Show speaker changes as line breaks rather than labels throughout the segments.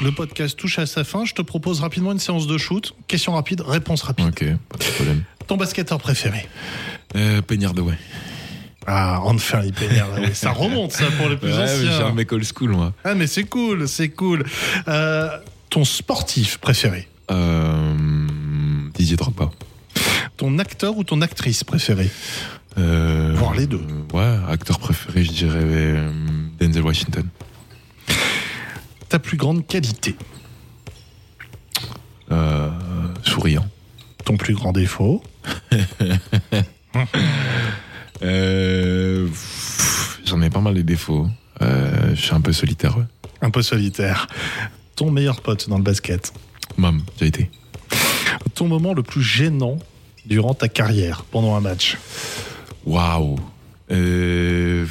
Le podcast touche à sa fin. Je te propose rapidement une séance de shoot. Question rapide, réponse rapide.
Ok, pas de problème.
Ton basketteur préféré
Euh, Peignard de ouais.
Ah, enfin, les Peignard, ouais. Ça remonte, ça, pour les plus
Ouais, mais j'ai
anciens.
un mec old school, moi.
Ah, mais c'est cool, c'est cool. Euh, ton sportif préféré
Euh, Didier Drogba.
Ton acteur ou ton actrice préférée
Euh,
Voir les deux.
Ouais, acteur préféré, je dirais euh, Denzel Washington.
Ta plus grande qualité
Euh, souriant.
Ton plus grand défaut
Euh, pff, J'en ai pas mal les défauts. Euh, je suis un peu solitaire. ouais.
Un peu solitaire. Ton meilleur pote dans le basket
Mam, j'ai été.
Ton moment le plus gênant durant ta carrière, pendant un match
Waouh. Euh,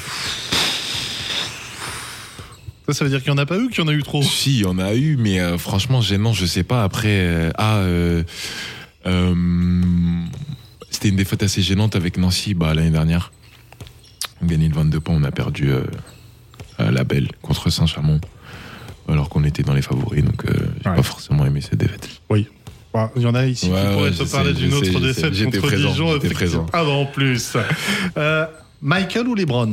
Ça, ça veut dire qu'il n'y en a pas eu, qu'il y en a eu trop
Si, il y en a eu, mais euh, franchement, gênant, je sais pas. Après, euh, ah, euh, euh, c'était une défaite assez gênante avec Nancy bah, l'année dernière. On gagnait de 22 points, on a perdu euh, à la Belle contre Saint-Chamond, alors qu'on était dans les favoris, donc euh, j'ai
Ouais.
pas forcément aimé cette défaite.
Oui. Bah, Il y en a ici
Ouais,
qui pourraient
ouais,
te
je sais,
parler d'une
je
autre
sais, je sais.
défaite
J'étais
contre
présent,
Dijon.
j'étais
effectivement.
présent.
Ah bah en plus. Euh, Michael ou Lebron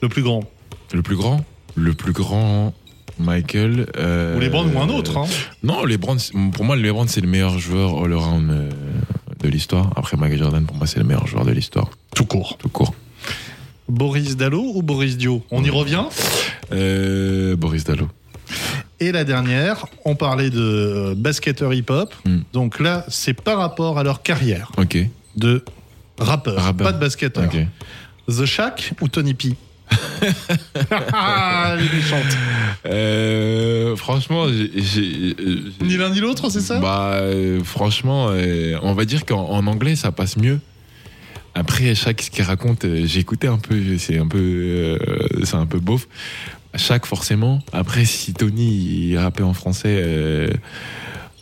Le plus grand
Le plus grand Le plus grand. Michael. euh,
Ou Lebron ou un autre hein.
Non, LeBron, c'est- pour moi, LeBron, c'est le meilleur joueur all-around euh, de l'histoire. Après Michael Jordan, pour moi, c'est le meilleur joueur de l'histoire,
Tout court.
tout court.
Boris Dallot ou Boris Dio On y revient
Euh, Boris Dallot.
Et la dernière, on parlait de euh, basketteurs hip-hop.
Mm.
Donc là, c'est par rapport à leur carrière
Ok.
de rappeur,
Rappeur.
pas de basketteur.
Ok.
The Shack ou Tony P Ah, il est méchante.
Euh, franchement, j'ai- j'ai. j'ai-
Ni l'un ni l'autre, c'est ça
Bah, euh, franchement, euh, on va dire qu'en en anglais, ça passe mieux. Après, chaque ce qu'il raconte, euh, j'ai écouté un peu, c'est un peu, euh, c'est un peu beauf. Chaque forcément. Après, si Tony il rappait en français, euh,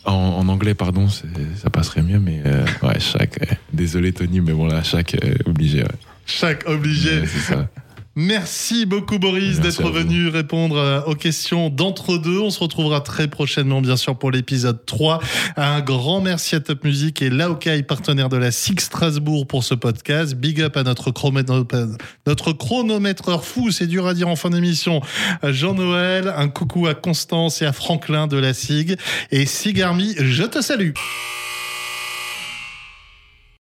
en, en anglais, pardon, c'est- ça passerait mieux. Mais euh, ouais, chaque. ouais. Désolé Tony, mais bon là, chaque euh, obligé. ouais.
Shack obligé.
Ouais, c'est ça.
Merci beaucoup Boris
Merci
d'être
à vous.
venu répondre euh, aux questions d'entre-deux. On se retrouvera très prochainement bien sûr pour l'épisode 3. Un grand merci à Top Music et Laokai, partenaire de la SIG Strasbourg pour ce podcast. Big up à notre, chronomètre- notre chronométreur fou, c'est dur à dire en fin d'émission, euh, Jean-Noël. Un coucou à Constance et à Franklin de la SIG. Et SIG Army, je te salue.